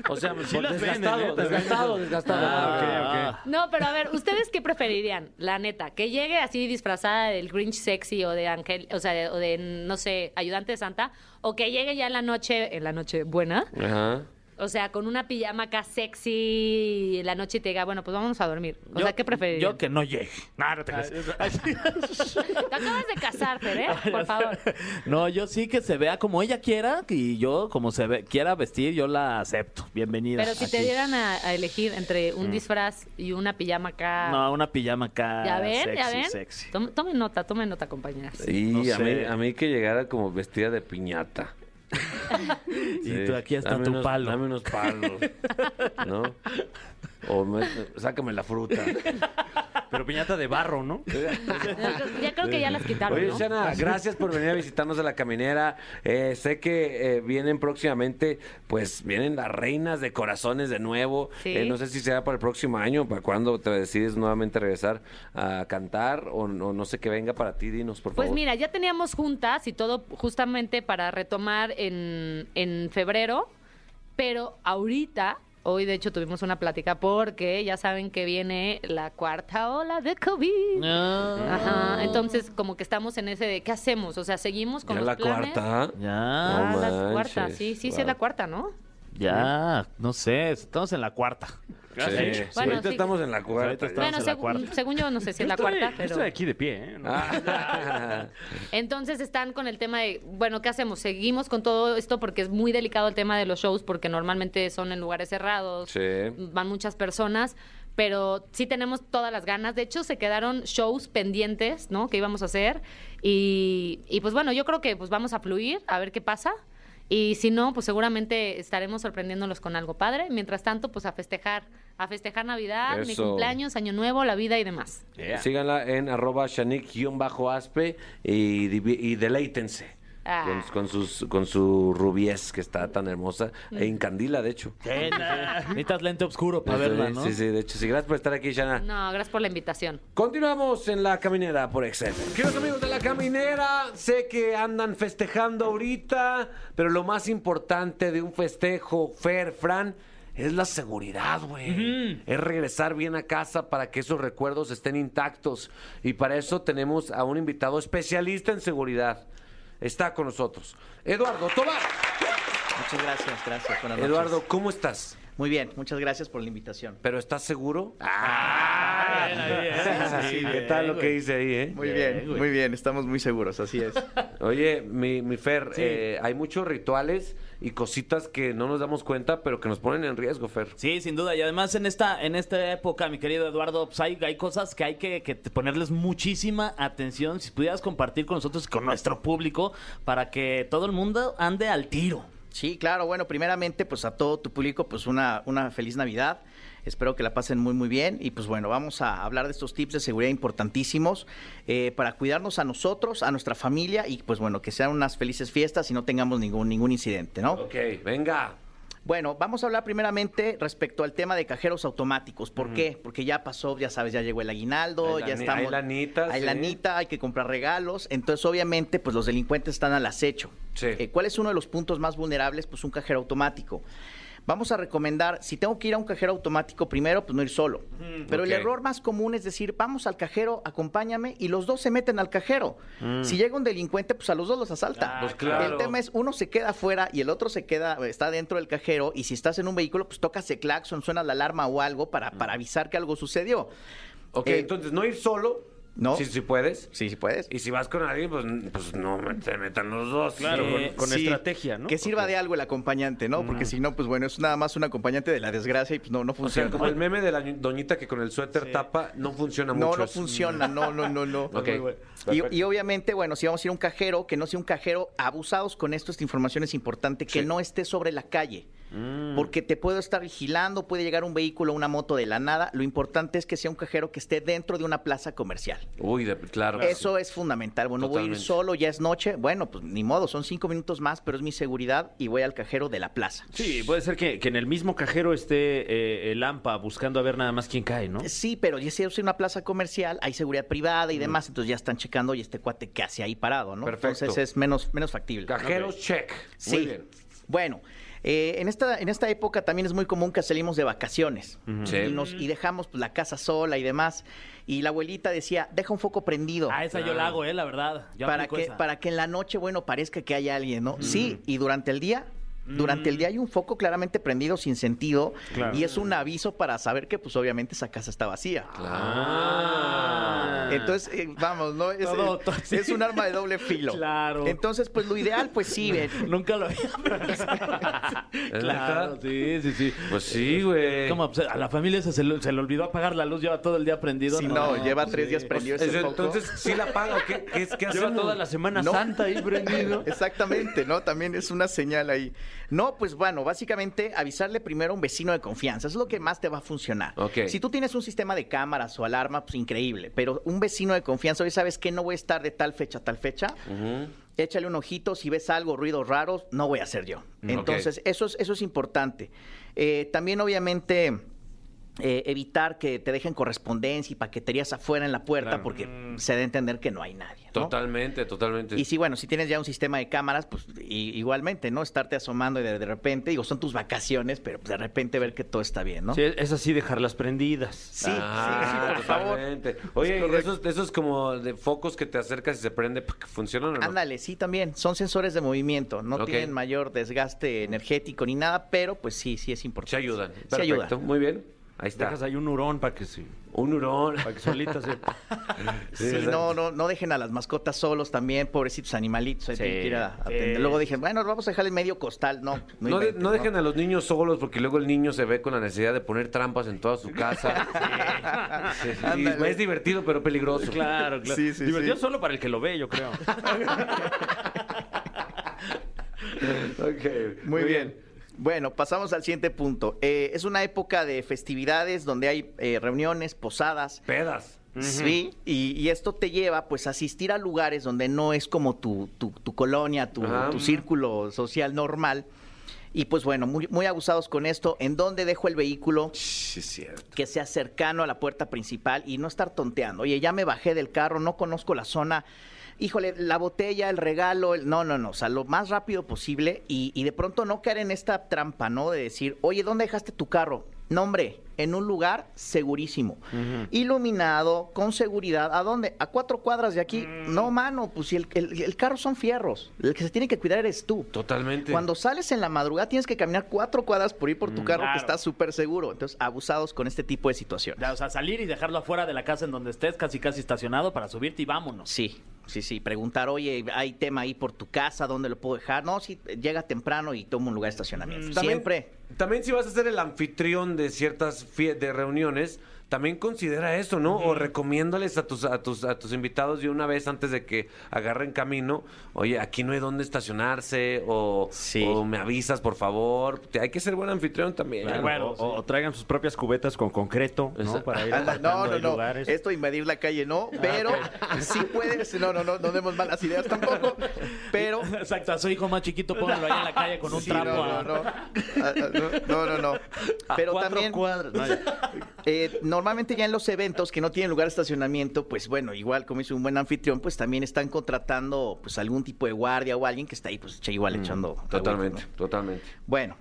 O sea, pues, las venden, desgastado, ¿eh? Las desgastado, desgastado. Ah, no, pero a ver, ¿ustedes qué preferirían? La neta, que llegue así disfrazada del Grinch sexy o de Ángel, o sea, de- o de, no sé, ayudante de Santa, o que llegue ya en la noche, en la noche buena, Ajá. o sea, con una pijama acá sexy en la noche y te diga, bueno, pues vámonos a dormir. O sea, ¿qué preferirían? Yo que no llegue. No, no te Ah, creas. Te acabas de casar, Fer, ¿eh? Por favor. No, yo sí que se vea como ella quiera y yo como se ve- quiera vestir, yo la acepto. Bienvenida. Pero si te aquí. dieran a, a elegir entre un disfraz y una pijama acá... Mm. No, una pijama acá. ¿Ya ven? Sexy, ¿Ya ven? sexy. Tom- tomen nota, tomen nota, compañeras. Sí, No a, mí, sé. a mí que llegara como vestida de piñata. Y tú aquí está Dame tu unos- palo. Dame unos palos, ¿no? O me- sácame la fruta. Pero piñata de barro, ¿no? Ya creo que ya las quitaron, Oye, ¿no? Shana, gracias por venir a visitarnos a la caminera. Eh, sé que eh, vienen próximamente, pues vienen las reinas de corazones de nuevo. Sí. Eh, no sé si será para el próximo año, para cuando te decides nuevamente regresar a cantar o, no- no sé qué venga para ti. Dinos, por favor. Pues mira, ya teníamos juntas y todo justamente para retomar en, en febrero, pero ahorita, hoy de hecho tuvimos una plática porque ya saben que viene la cuarta ola de COVID. Ah, Ajá, entonces como que estamos en ese de ¿qué hacemos? O sea, seguimos con ya los la planes. cuarta. Ya, Ah, No la manches, cuarta, sí, sí, sí es wow. la cuarta, ¿no? ya, no sé, estamos en la cuarta. Sí, Sí. sí, Bueno, ahorita sí. estamos en la Ahorita cuarta. estamos- en la segu- cuarta. según yo no sé si Yo es la estoy- cuarta, yo pero... Estoy aquí de pie, ¿eh? No. Ah. Entonces están con el tema de, bueno, ¿qué hacemos? Seguimos con todo esto porque es muy delicado el tema de los shows porque normalmente son en lugares cerrados, sí. van muchas personas, pero sí tenemos todas las ganas. De hecho, se quedaron shows pendientes, ¿no? Que íbamos a hacer y, y, pues bueno, yo creo que pues vamos a fluir, a ver qué pasa. Y si no, pues seguramente estaremos sorprendiéndolos con algo padre. Mientras tanto, pues a festejar, a festejar Navidad, mi Eso. cumpleaños, Año Nuevo, la vida y demás. Yeah. Síganla en arroba Shanik-aspe y, divi- y deleítense. Ah. Con, con sus, con su rubiez que está tan hermosa e encandila, de hecho. Este, Eh, Necesitas lente oscuro para verla, ¿no? Sí, sí, de hecho. Sí, gracias por estar aquí, Shana. No, gracias por la invitación. Continuamos en La Caminera por Excel. Queridos amigos de La Caminera, sé que andan festejando ahorita, pero lo más importante de un festejo, Fer, Fran, es la seguridad, güey. Es regresar bien a casa para que esos recuerdos estén intactos. Y para eso tenemos a un invitado especialista en seguridad. Está con nosotros. Eduardo Tobar. Muchas gracias, gracias. Buenas noches. Eduardo, ¿cómo estás? Muy bien, muchas gracias por la invitación. ¿Pero estás seguro? Sí, sí, Ah, ¿Qué tal lo güey. que hice ahí, eh? Muy bien, muy bien, estamos muy seguros, así es. Oye, mi, mi Fer, eh, hay muchos rituales y cositas que no nos damos cuenta, pero que nos ponen en riesgo, Fer. Sí, sin duda. Y además en esta, en esta época, mi querido Eduardo, pues hay, hay cosas que hay que, que te- ponerles muchísima atención. Si pudieras compartir con nosotros, y con nuestro público, para que todo el mundo ande al tiro. Sí, claro, bueno, primeramente, pues a todo tu público, pues una, una feliz Navidad. Espero que la pasen muy, muy bien. Y pues bueno, vamos a hablar de estos tips de seguridad importantísimos eh, para cuidarnos a nosotros, a nuestra familia y pues bueno, que sean unas felices fiestas y no tengamos ningún, ningún incidente, ¿no? Ok, venga. Bueno, vamos a hablar primeramente respecto al tema de cajeros automáticos. ¿Por qué? Porque ya pasó, ya sabes, ya llegó el aguinaldo, Hay lani- ya estamos. hay lanitas, Hay sí. lanita, hay que comprar regalos. Entonces, obviamente, pues los delincuentes están al acecho. Sí. Eh, ¿Cuál es uno de los puntos más vulnerables? Pues un cajero automático. Vamos a recomendar, si tengo que ir a un cajero automático primero, pues no ir solo. Pero ok. el error más común es decir, vamos al cajero, acompáñame, y los dos se meten al cajero. Mm. Si llega un delincuente, pues a los dos los asalta. Ah, Pues claro. El tema es, uno se queda afuera y el otro se queda, está dentro del cajero, y si estás en un vehículo, pues tocas el claxon, suena la alarma o algo para, para avisar que algo sucedió. Ok, Eh, entonces no ir solo. No. Si, si puedes. Sí, sí puedes. Y si vas con alguien, pues, n- pues no me- te metan los dos. Claro, Sí. con- con sí, estrategia, ¿no? Que sirva de algo el acompañante, ¿no? Porque si no, pues bueno, es nada más un acompañante de la desgracia y pues no, no O sea, funciona. como el meme de la ñu- doñita que con el suéter tapa, no funciona mucho. No, no eso. funciona, no, no, no, no. Ok. Y, y obviamente, bueno, si vamos a ir a un cajero, que no sea un cajero abusados con esto, esta información es importante, que Sí. Mm. no esté sobre la calle, porque te puedo estar vigilando, puede llegar un vehículo, una moto de la nada, lo importante es que sea un cajero que esté dentro de una plaza comercial. Uy, de- claro. que Eso es fundamental. Bueno, voy a Totalmente. ir solo, ya es noche. Bueno, pues ni modo, son cinco minutos más, pero es mi seguridad y voy al cajero de la plaza. Sí, puede ser que, que en el mismo cajero esté eh, el AMPA buscando a ver nada más quién cae, ¿no? Sí, pero ya si es una plaza comercial, hay seguridad privada y demás, entonces ya están checando y este cuate que hace ahí parado, ¿no? Perfecto. Entonces es menos, menos factible. Cajeros, check. Sí. Muy bien. Bueno, eh, en, esta, en esta época también es muy común que salimos de vacaciones Sí. y, nos- y dejamos pues, la casa sola y demás. Y la abuelita decía, deja un foco prendido. Ah, esa yo la hago, eh, la verdad. Yo para aplico que, esa. para que en la noche, bueno, parezca que hay alguien, ¿no? Sí, y durante el día, durante Mm. el día hay un foco claramente prendido sin sentido y es un aviso para saber que, pues, obviamente esa casa está vacía. Ah. Entonces, eh, vamos, ¿no? Es, Todo- todo- es- es un arma de doble filo. Claro. Entonces, pues, lo ideal, pues, sí, eh, Nunca lo había pensado. claro, verdad? sí, sí, sí. Pues sí, güey. Como, pues, a la familia se, se le- se le olvidó apagar la luz, lleva todo el día prendido. si no, lleva tres días prendido ese Eso, foco. Pues, entonces, ¿sí la paga o qué, qué, es- qué Lleva hacemos? toda la Semana No. Santa ahí prendido. Exactamente, ¿no? También es una señal ahí. No, pues bueno, básicamente avisarle primero a un vecino de confianza. Es lo que más te va a funcionar. Ok. Si tú tienes un sistema de cámaras o alarma, pues increíble. Pero un vecino de confianza, hoy sabes que no voy a estar de tal fecha a tal fecha. Échale un ojito, si ves algo, ruidos raros, no voy a ser yo. Entonces, eso, es, eso es importante. Eh, también, obviamente. eh, evitar que te dejen correspondencia y paqueterías afuera en la puerta Claro. porque se da a entender que no hay nadie. ¿no? Totalmente, totalmente. Y sí, bueno, si tienes ya un sistema de cámaras, pues i- igualmente, ¿no? Estarte asomando y de, de repente, digo, son tus vacaciones, pero pues, de repente ver que todo está bien, ¿no? Sí, es así dejarlas prendidas. sí, Ah, sí, por favor. totalmente. Oye, ¿y de esos, de esos como de focos que te acercas y se prende, ¿p- ¿funcionan o no? Ándale, sí, también. Son sensores de movimiento. No Ok. tienen mayor desgaste energético ni nada, pero pues sí, sí es Se importante. ayudan. Se ayudan. Perfecto, muy bien. Ahí está. Dejas ahí un hurón para que sí, Un hurón. para que solita se... Sí, no, no, no dejen a las mascotas solos también, pobrecitos animalitos. Ahí Sí. tienen que ir a atender. Sí, Luego sí, dejen, bueno, vamos a dejar el medio costal. No, no, No, de- inventen, no dejen a los niños solos porque luego el niño se ve con la necesidad de poner trampas en toda su casa. Sí. Y Ándale. es divertido, pero peligroso. Claro, claro. Sí, sí, Divertido sí. solo para el que lo ve, yo creo. Ok, Muy bien. Bueno, pasamos al siguiente punto. Eh, es una época de festividades donde hay eh, reuniones, posadas. Pedas. Sí, y, y esto te lleva pues a asistir a lugares donde no es como tu, tu- tu colonia, tu, Ajá. tu círculo social normal. Y pues bueno, muy, muy abusados con esto, en dónde dejo el vehículo Sí, es cierto. que sea cercano a la puerta principal y no estar tonteando. Oye, ya me bajé del carro, no conozco la zona. Híjole, la botella, el regalo, el... no, no, no, o sea, lo más rápido posible y, y de pronto no caer en esta trampa, ¿no? De decir, oye, ¿dónde dejaste tu carro? No, hombre, en un lugar segurísimo. Iluminado, con seguridad. ¿A dónde? A cuatro cuadras de aquí. No, mano, pues si el, el- el carro son fierros. El que se tiene que cuidar eres tú. Totalmente. Cuando sales en la madrugada tienes que caminar cuatro cuadras por ir por tu carro claro. que está súper seguro. Entonces, abusados con este tipo de situaciones. Ya, O sea, salir y dejarlo afuera de la casa en donde estés, casi casi estacionado, para subirte y vámonos. Sí, sí, sí. Preguntar, oye, hay tema ahí por tu casa, ¿dónde lo puedo dejar? No, sí, llega temprano y toma un lugar de estacionamiento. También- Siempre. También si vas a ser el anfitrión de ciertas fie- de reuniones, también considera eso, ¿no? O recomiéndales a tus, a tus, a tus invitados de una vez antes de que agarren camino, oye, aquí no hay dónde estacionarse, o, Sí. o me avisas, por favor. Te- hay que ser buen anfitrión también. Claro. Bueno, o, o traigan sus propias cubetas con concreto, ¿no? Exacto. Para ir Anda, marcando no, no, ahí no. lugares. Esto invadir la calle no, pero sí puedes. No, no, no, no demos malas ideas tampoco. Pero. Exacto, a su hijo más chiquito póngalo ahí en la calle con un Sí, trapo. No, no, a- no. Ah, ah, no, no, no. A Pero cuatro también. cuadras. No, ya. Eh, normalmente ya en los eventos que no tienen lugar de estacionamiento, pues bueno, igual como hizo un buen anfitrión, pues también están contratando pues algún tipo de guardia o alguien que está ahí, pues che, igual echando. Mm, Totalmente, agüita, ¿no? totalmente. Bueno,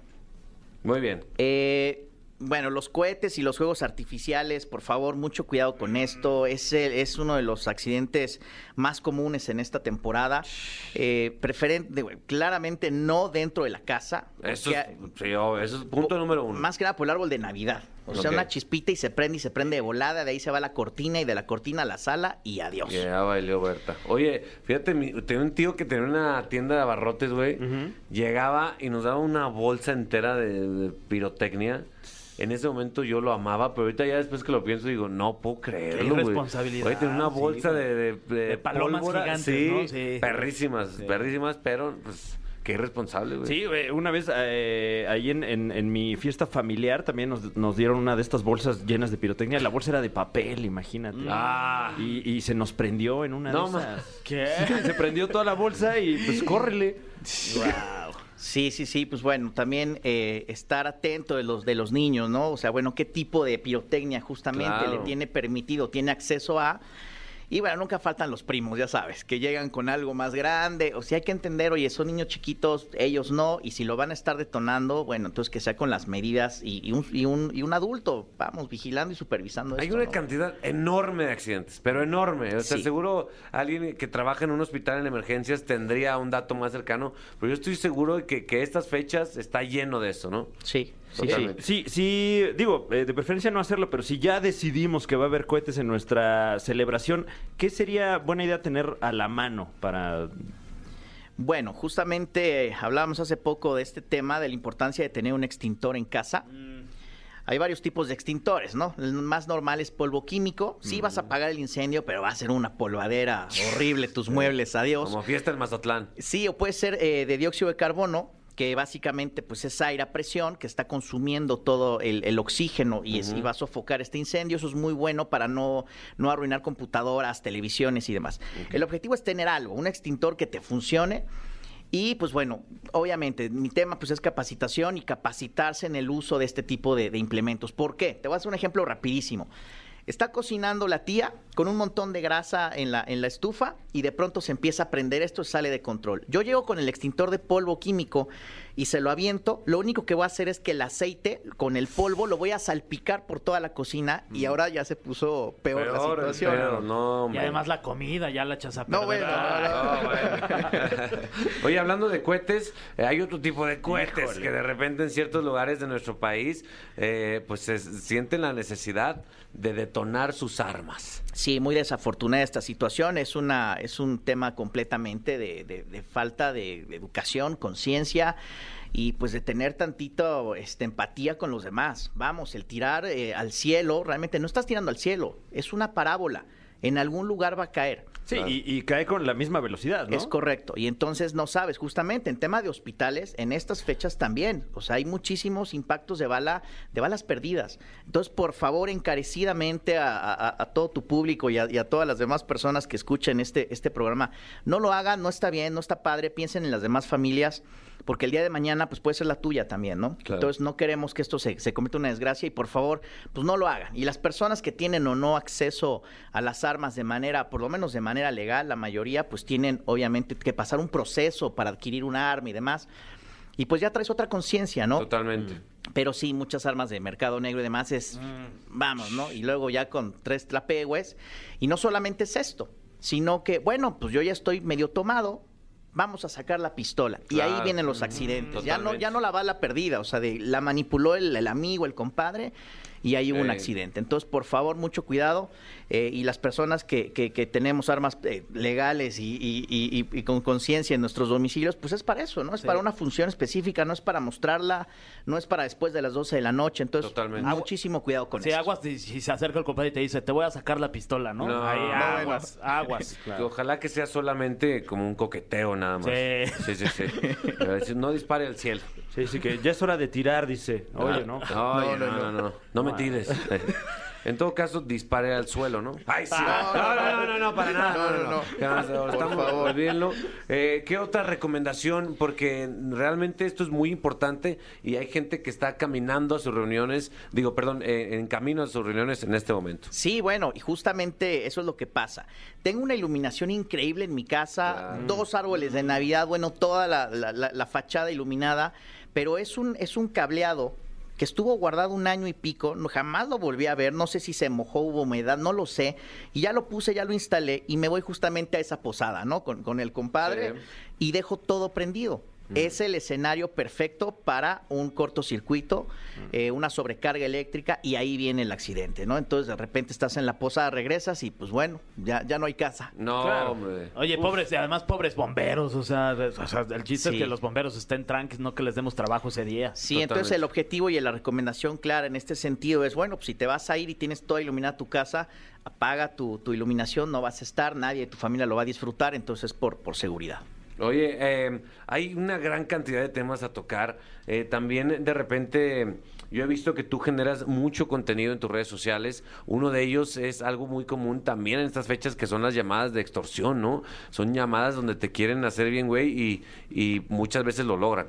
Muy bien. eh, bueno, los cohetes y los juegos artificiales, por favor, mucho cuidado con esto. Es, el- es uno de los accidentes más comunes en esta temporada. Eh, preferente, claramente no dentro de la casa. Eso porque es, sí, oh, eso es punto po- número uno. Más que nada por el árbol de Navidad. O sea, Ok. una chispita y se prende y se prende de volada, de ahí se va a la cortina y de la cortina a la sala y adiós. Ya bailó Berta. Oye, fíjate, mi- tenía un tío que tenía una tienda de abarrotes, güey. Llegaba y nos daba una bolsa entera de, de pirotecnia. En ese momento yo lo amaba, pero ahorita ya después que lo pienso digo, no puedo Qué creerlo, güey. irresponsabilidad, Oye, tenía una sí, bolsa güey. de, de, De palomas gigantes, sí, ¿no? Sí. perrísimas, perrísimas, pero pues qué irresponsable, güey. Sí, eh, una vez eh, ahí en, en- en mi fiesta familiar también nos, nos dieron una de estas bolsas llenas de pirotecnia. La bolsa era de papel, imagínate. Ah. Y, y se nos prendió en una No de esas. ¿Qué? Sí, se prendió toda la bolsa y pues córrele. Sí, sí, sí, pues bueno, también eh, estar atento de los, de los niños, ¿no? O sea, bueno, qué tipo de pirotecnia justamente Claro. le tiene permitido, tiene acceso a... Y bueno, nunca faltan los primos, ya sabes, que llegan con algo más grande. O sea, hay que entender, oye, son niños chiquitos, ellos no, y si lo van a estar detonando, bueno, entonces que sea con las medidas y, y un, y un- y un adulto, vamos, vigilando y supervisando Hay esto, una ¿no? cantidad enorme de accidentes, pero enorme. O sea, Sí. seguro alguien que trabaja en un hospital en emergencias tendría un dato más cercano, pero yo estoy seguro de que, que estas fechas está lleno de eso, ¿no? Sí, sí, sí. Totalmente. Sí, sí, digo, eh, de preferencia no hacerlo, pero si ya decidimos que va a haber cohetes en nuestra celebración, ¿qué sería buena idea tener a la mano para... Bueno, justamente eh, hablábamos hace poco de este tema de la importancia de tener un extintor en casa. Hay varios tipos de extintores, ¿no? El más normal es polvo químico. Sí vas a apagar el incendio, pero va a ser una polvadera horrible tus muebles, adiós. Como fiesta en Mazatlán. Sí, o puede ser eh, de dióxido de carbono, que básicamente pues es aire a presión que está consumiendo todo el, el oxígeno y, es- y va a sofocar este incendio. Eso es muy bueno para no, no arruinar computadoras, televisiones y demás. El objetivo es tener algo, un extintor que te funcione. Y pues bueno, obviamente mi tema pues es capacitación y capacitarse en el uso de este tipo de, de implementos. ¿Por qué? Te voy a hacer un ejemplo rapidísimo. Está cocinando la tía con un montón de grasa en la, en la estufa y de pronto se empieza a prender esto y sale de control. Yo llego con el extintor de polvo químico y se lo aviento. Lo único que voy a hacer es que el aceite con el polvo lo voy a salpicar por toda la cocina y ahora ya se puso peor, la Mm. Peor, situación. peor, no, Y hombre. además la comida, ya la echas a No, perder. Ah, bueno, Ay, No, bueno. Oye, hablando de cohetes, eh, hay otro tipo de cohetes que de repente en ciertos lugares de nuestro país, eh, pues se sienten la necesidad de detonar sus armas. Sí, muy desafortunada esta situación. Es una, es un tema completamente de, de- de falta de, de educación, conciencia y pues de tener tantito este, empatía con los demás. Vamos, el tirar eh, al cielo, realmente no estás tirando al cielo, es una parábola. En algún lugar va a caer. Sí, y, y cae con la misma velocidad, ¿no? Es correcto. Y entonces no sabes, justamente en tema de hospitales, en estas fechas también. O sea, hay muchísimos impactos de bala, de balas perdidas. Entonces, por favor, encarecidamente a, a- a todo tu público y a, y a todas las demás personas que escuchen este, este programa, no lo hagan, no está bien, no está padre, piensen en las demás familias. Porque el día de mañana, pues puede ser la tuya también, ¿no? Claro. Entonces, pues, no queremos que esto se, se convierta en una desgracia y por favor, pues no lo hagan. Y las personas que tienen o no acceso a las armas de manera, por lo menos de manera legal, la mayoría pues tienen obviamente que pasar un proceso para adquirir un arma y demás. Y pues ya traes otra conciencia, ¿no? Totalmente. Pero sí, muchas armas de mercado negro y demás es, Mm. vamos, ¿no? Y luego ya con tres trapegües. Y no solamente es esto, sino que, bueno, pues yo ya estoy medio tomado, vamos a sacar la pistola. Y Claro. Mm, ahí vienen los accidentes. Ya no, Totalmente. ya no la bala perdida, o sea, de, la manipuló el, el amigo, el compadre, y ahí hubo un Sí. accidente. Entonces, por favor, mucho cuidado. eh, y las personas que, que- que tenemos armas eh, legales y, y- y- y- y con conciencia en nuestros domicilios, pues es para eso, ¿no? Es para una función específica, no es para mostrarla, no es para después de las 12 de la noche. Entonces, Totalmente. muchísimo cuidado con Si eso. aguas, si, si se acerca el compadre y te dice, te voy a sacar la pistola, ¿no? No, Ahí, no, aguas, aguas. Que Ojalá que sea solamente como un coqueteo nada más. sí, Sí. sí. sí. Pero decir, No dispare al cielo. Sí, sí, que ya es hora de tirar, dice. Oye, ¿no? Oye, no, no, no, no. No me tires. En todo caso, dispare al suelo, ¿no? Ay, sí. No, no, no, no, no, para nada. No, no, no. Jamás, estamos- olvídenlo. Eh, ¿Qué otra recomendación? Porque realmente esto es muy importante y hay gente que está caminando a sus reuniones, digo, perdón, eh, en camino a sus reuniones en este momento. Sí, bueno, y justamente eso es lo que pasa. Tengo una iluminación increíble en mi casa, dos árboles de Navidad, bueno, toda la, la- la- la fachada iluminada, pero es un, es un cableado que estuvo guardado un año y pico, no, jamás lo volví a ver, no sé si se mojó, hubo humedad, no lo sé, y ya lo puse, ya lo instalé, y me voy justamente a esa posada, ¿no? Con, con el compadre, Sí. y dejo todo prendido. Es el escenario perfecto para un cortocircuito, eh, una sobrecarga eléctrica y ahí viene el accidente, ¿no? Entonces de repente estás en la posada, regresas y pues bueno, ya, ya no hay casa. No, Claro. hombre. Oye, pobres, y además pobres bomberos, o sea, de- o sea, el chiste Sí. es que los bomberos estén tranquilos, no que les demos trabajo ese día. Sí, Totalmente. entonces el objetivo y la recomendación clara en este sentido es, bueno, pues si te vas a ir y tienes toda iluminada tu casa, apaga tu, tu iluminación, no vas a estar, nadie de tu familia lo va a disfrutar, entonces por, por seguridad. Oye, eh, hay una gran cantidad de temas a tocar. Eh, también de repente yo he visto que tú generas mucho contenido en tus redes sociales. Uno de ellos es algo muy común también en estas fechas que son las llamadas de extorsión, ¿no? Son llamadas donde te quieren hacer bien, güey, y, y muchas veces lo logran.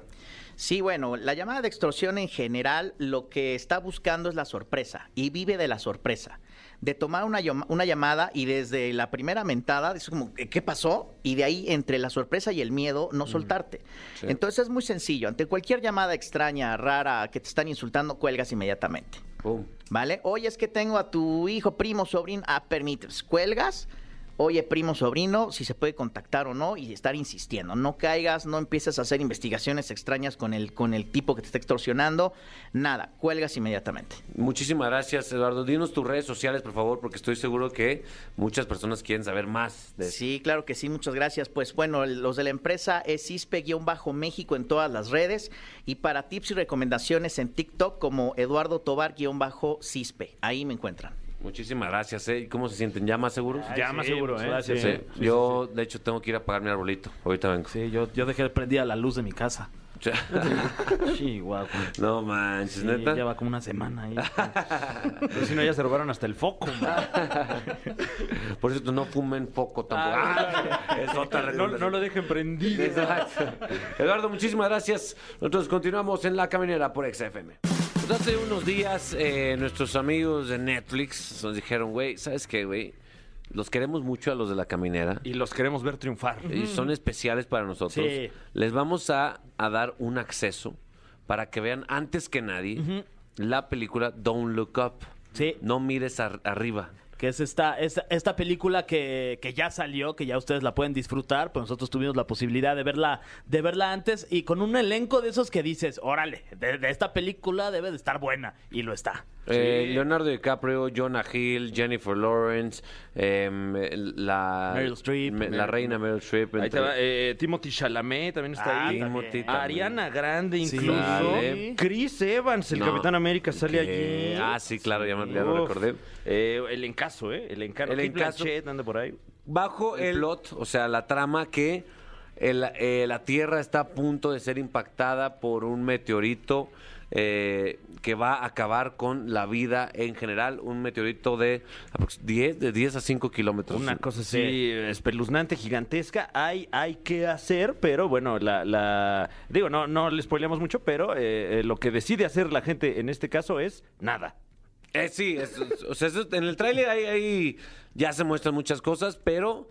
Sí, bueno, la llamada de extorsión en general lo que está buscando es la sorpresa y vive de la sorpresa. De tomar una, llama- una llamada y desde la primera mentada, es como, ¿qué pasó? Y de ahí, entre la sorpresa y el miedo, no soltarte. sí. Entonces es muy sencillo. Ante cualquier llamada extraña, rara, que te están insultando, cuelgas inmediatamente. Pum. ¿Vale? Oye, es que tengo a tu hijo, primo, sobrino. Ah, permites. Cuelgas. Oye, primo, sobrino, si se puede contactar o no y estar insistiendo. No caigas, no empieces a hacer investigaciones extrañas con el, con el tipo que te está extorsionando. Nada, cuelgas inmediatamente. Muchísimas gracias, Eduardo. Dinos tus redes sociales, por favor, porque estoy seguro que muchas personas quieren saber más de Sí, claro que sí, muchas gracias. Pues bueno, el- los de la empresa es ISPE-México en todas las redes y para tips y recomendaciones en TikTok como Eduardo Tobar-CISPE. Ahí me encuentran. Muchísimas gracias, ¿eh? ¿Y ¿Cómo se sienten? ¿Ya más seguros? Ya más seguro, ¿eh? gracias. Sí, Sí. yo de hecho tengo que ir a pagar mi arbolito. Ahorita vengo. Sí, yo, yo dejé prendida la luz de mi casa. O sea, Sí, guau. no manches, Sí, neta. lleva como una semana ahí. Pero si no, ya se robaron hasta el foco. man. Por cierto, no fumen foco tampoco. Ah, es otra No, no lo dejen prendido. Exacto. Eduardo, muchísimas gracias. Nosotros continuamos en La Caminera por XFM. Pues hace unos días eh, nuestros amigos de Netflix nos dijeron, güey, ¿sabes qué, güey? Los queremos mucho a los de La Caminera. Y los queremos ver triunfar. y son especiales para nosotros. Sí. Les vamos a, a dar un acceso para que vean antes que nadie la película Don't Look Up. Sí. No mires ar- arriba. que es esta, esta, esta película que, que ya salió, que ya ustedes la pueden disfrutar, pues nosotros tuvimos la posibilidad de verla, de verla antes y con un elenco de esos que dices, órale, de, de esta película debe de estar buena, y lo está. Eh, Leonardo DiCaprio, Jonah Hill, Jennifer Lawrence, em, la, Meryl Streep. me- la reina Meryl Streep. Ahí entre- te va, eh, Timothy Chalamet también está Ah, ahí. también. Timothy también. Ariana Grande Sí. incluso. Dale. Chris Evans, el No. Capitán América, sale Que- allí. Ah, sí, claro, ya, me- ya lo Uf. recordé. Eh, el encaso, ¿eh? El encaso. El El encaso. encaso. anda por ahí. Bajo el, plot, o sea, la trama que el- eh, la Tierra está a punto de ser impactada por un meteorito eh, que va a acabar con la vida en general. Un meteorito de aprox- 10, de 10 a 5 kilómetros. Una cosa así Sí. espeluznante, gigantesca. Hay, hay que hacer, pero bueno, la, la- digo, no, no les spoileamos mucho, pero eh, eh, lo que decide hacer la gente en este caso es nada. Eh, sí, es- es- o sea, eso- en el tráiler ahí, ahí ya se muestran muchas cosas, pero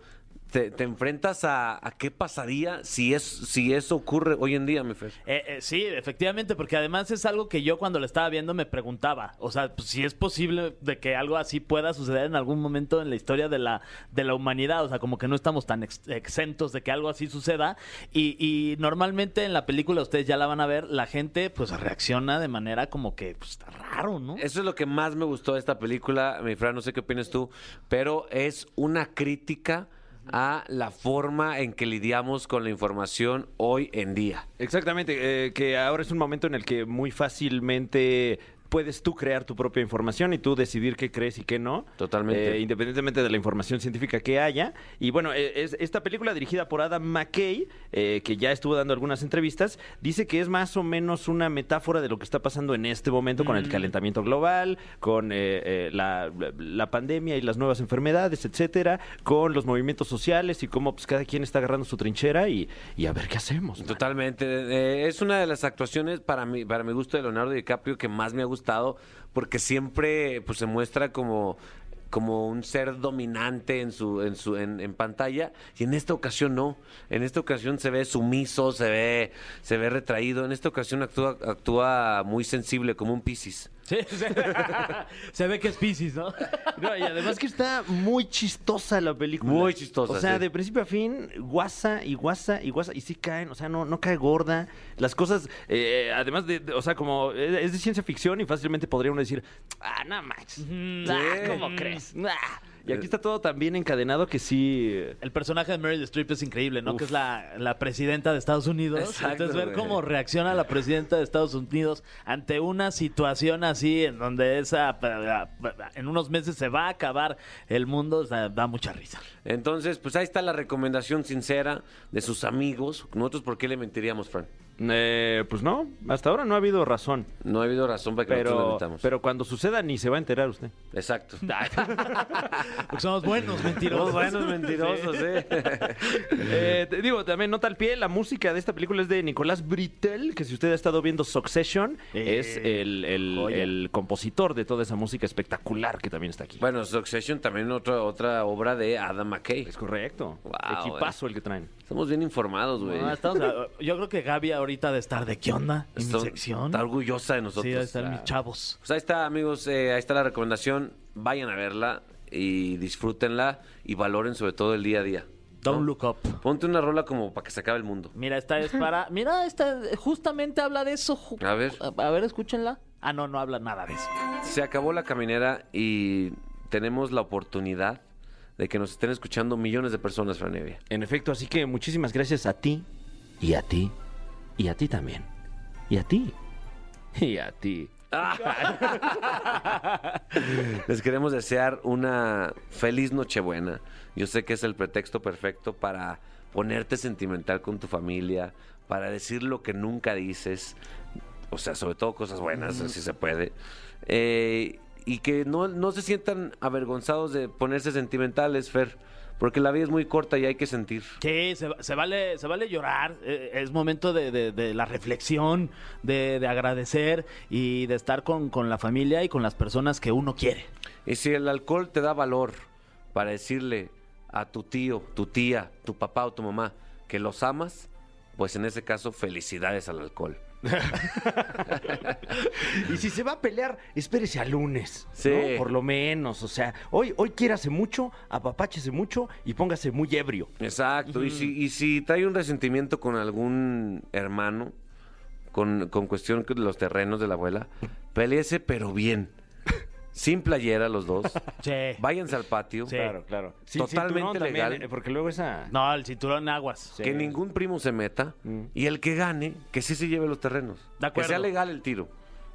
te, te enfrentas a, a qué pasaría si, es, si eso ocurre hoy en día, mi Fer. Eh, eh, sí, efectivamente, porque además es algo que yo cuando lo estaba viendo me preguntaba. O sea, pues, si es posible de que algo así pueda suceder en algún momento en la historia de la, de la humanidad. O sea, como que no estamos tan ex- exentos de que algo así suceda. Y, y normalmente en la película, ustedes ya la van a ver, la gente pues reacciona de manera como que pues, está raro, ¿no? Eso es lo que más me gustó de esta película, mi Fran, no sé qué opinas tú, pero es una crítica a la forma en que lidiamos con la información hoy en día. Exactamente, eh, que ahora es un momento en el que muy fácilmente puedes tú crear tu propia información y tú decidir qué crees y qué no. Totalmente. Eh, independientemente de la información científica que haya. Y bueno, eh, es- esta película dirigida por Adam McKay, eh, que ya estuvo dando algunas entrevistas, dice que es más o menos una metáfora de lo que está pasando en este momento con el calentamiento global, con eh, eh, la, la pandemia y las nuevas enfermedades, etcétera, con los movimientos sociales y cómo pues, cada quien está agarrando su trinchera y, y a ver qué hacemos. man. Totalmente. Eh, es una de las actuaciones para mí, para mi gusto de Leonardo DiCaprio que más me ha gustado porque siempre pues, se muestra como como un ser dominante en su en su en, en pantalla y en esta ocasión no en esta ocasión se ve sumiso se ve se ve retraído en esta ocasión actúa actúa muy sensible como un piscis Sí, sí. se ve que es Pisces, ¿no? No, y además que está muy chistosa la película. Muy chistosa, O sea, sí. de principio a fin, guasa y guasa y guasa. Y sí caen, o sea, no, no cae gorda. Las cosas, eh, además de, de- o sea, como eh, es de ciencia ficción y fácilmente podría uno decir, ah, no manches. Ah, Sí. Eh. ¿Cómo crees? Ah". Y aquí está todo tan bien encadenado que sí. eh, El personaje de Meryl Streep es increíble, ¿no? Uf. Que es la, la presidenta de Estados Unidos. Exacto, Entonces, ver güey. cómo reacciona la presidenta de Estados Unidos ante una situación así, en donde esa, en unos meses se va a acabar el mundo, o sea, da mucha risa. entonces pues ahí está la recomendación sincera de sus amigos nosotros por qué le mentiríamos Fran eh, pues no, hasta ahora no ha habido razón. no ha habido razón para que nosotros le Pero, mintamos pero cuando suceda ni se va a enterar usted. exacto Porque somos buenos mentirosos. Somos buenos mentirosos, ¿eh? Eh, te digo, también nota al pie, la música de esta película es de Nicolás Britel, que si usted ha estado viendo Succession, Eh, es el, el- joya. el compositor de toda esa música espectacular que también está aquí. Bueno, Succession también otra otra obra de Adam McKay. es correcto. Wow, Equipazo el que traen. Estamos bien informados, güey. No, estamos- yo creo que Gaby ahorita de estar de qué onda en Está- mi sección. Está orgullosa de sí, nosotros. de estar mis Claro. chavos. Pues ahí está, amigos, eh, ahí está la recomendación. Vayan a verla y disfrútenla y valoren sobre todo el día a día. Don't ¿no? look up. Ponte una rola como para que se acabe el mundo. Mira, esta es para. Mira, esta justamente habla de eso. ju- A ver. A, a ver, escúchenla. Ah, no, no habla nada de eso. Se acabó la caminera y tenemos la oportunidad de que nos estén escuchando millones de personas, Franevia. En efecto, así que muchísimas gracias a ti, y a ti, y a ti también, y a ti, y a ti. Les queremos desear una feliz Nochebuena. Yo sé que es el pretexto perfecto para ponerte sentimental con tu familia, para decir lo que nunca dices, o sea, sobre todo cosas buenas, si se puede. Eh, y que no, no se sientan avergonzados de ponerse sentimentales, Fer, porque la vida es muy corta y hay que sentir. Sí, se, va- se vale, se vale llorar. eh, Es momento de, de- de la reflexión, de, de agradecer y de estar con, con la familia y con las personas que uno quiere. Y si el alcohol te da valor para decirle a tu tío, tu tía, tu papá o tu mamá que los amas, pues en ese caso felicidades al alcohol. Y si se va a pelear, espérese al lunes. Sí. ¿no? Por lo menos. O sea, hoy, hoy quiérase mucho, apapáchese mucho y póngase muy ebrio. Exacto, y, si, y si trae un resentimiento con algún hermano, con, con cuestión de los terrenos de la abuela, peleese pero bien, sin playera los dos, Sí. váyanse al patio, Sí. Claro, claro. Sin Totalmente cinturón también, legal. eh, porque luego esa. No, el cinturón aguas. que ningún primo se meta, y el que gane, que sí se lleve los terrenos, Mm. De que sea acuerdo. legal el tiro,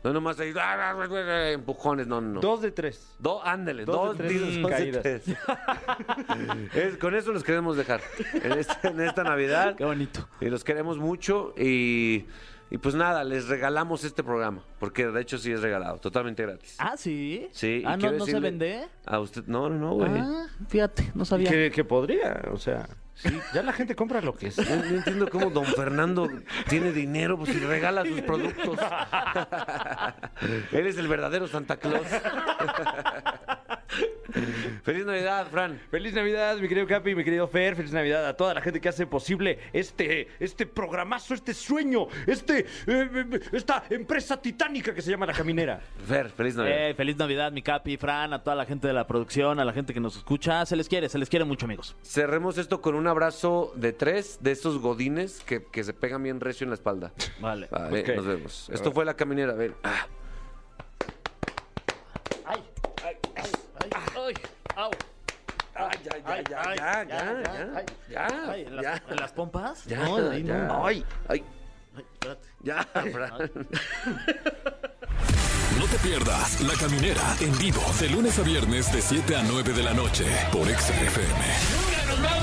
no nomás ahí, ¡ah, ah, ah, ah! empujones, no, no, no. Dos de tres. Dos, ándale, Dos dos, de tres tiros, dos de caídas. tres. Es- con eso los queremos dejar en, este- en esta Navidad. Qué bonito. Y los queremos mucho y, y pues nada, les regalamos este programa, porque de hecho sí es regalado, totalmente gratis. Ah, sí. sí, y Ah, no, quiero no se decirle vende. A usted, no, no, no, güey. Ah, fíjate, no Y sabía. Que, que podría, o sea. Ya la gente compra lo que es. No, no entiendo cómo don Fernando tiene dinero pues, y regala sus productos. Eres el verdadero Santa Claus. Feliz Navidad, Fran. Feliz Navidad, mi querido Capi, mi querido Fer. Feliz Navidad a toda la gente que hace posible este, este programazo, este sueño, este, eh, eh, esta empresa titánica que se llama La Caminera. Fer, feliz Navidad. Eh, feliz Navidad, mi Capi, Fran, a toda la gente de la producción, a la gente que nos escucha. Se les quiere, se les quiere mucho, amigos. Cerremos esto con un abrazo de tres de esos godines que, que se pegan bien recio en la espalda. Vale. Vale, Ok. nos vemos. Esto fue La Caminera, a ver. Ah, ya, ya, ya, ya, ya, Ay, ¿en las, ya. en las pompas? Ya, no, ahí ya. no. Ay, ay, Ay, espérate. ya, Fran. No te pierdas La Caminera en vivo de lunes a viernes de 7 a 9 de la noche por XFM. ¡Nunca nos vamos!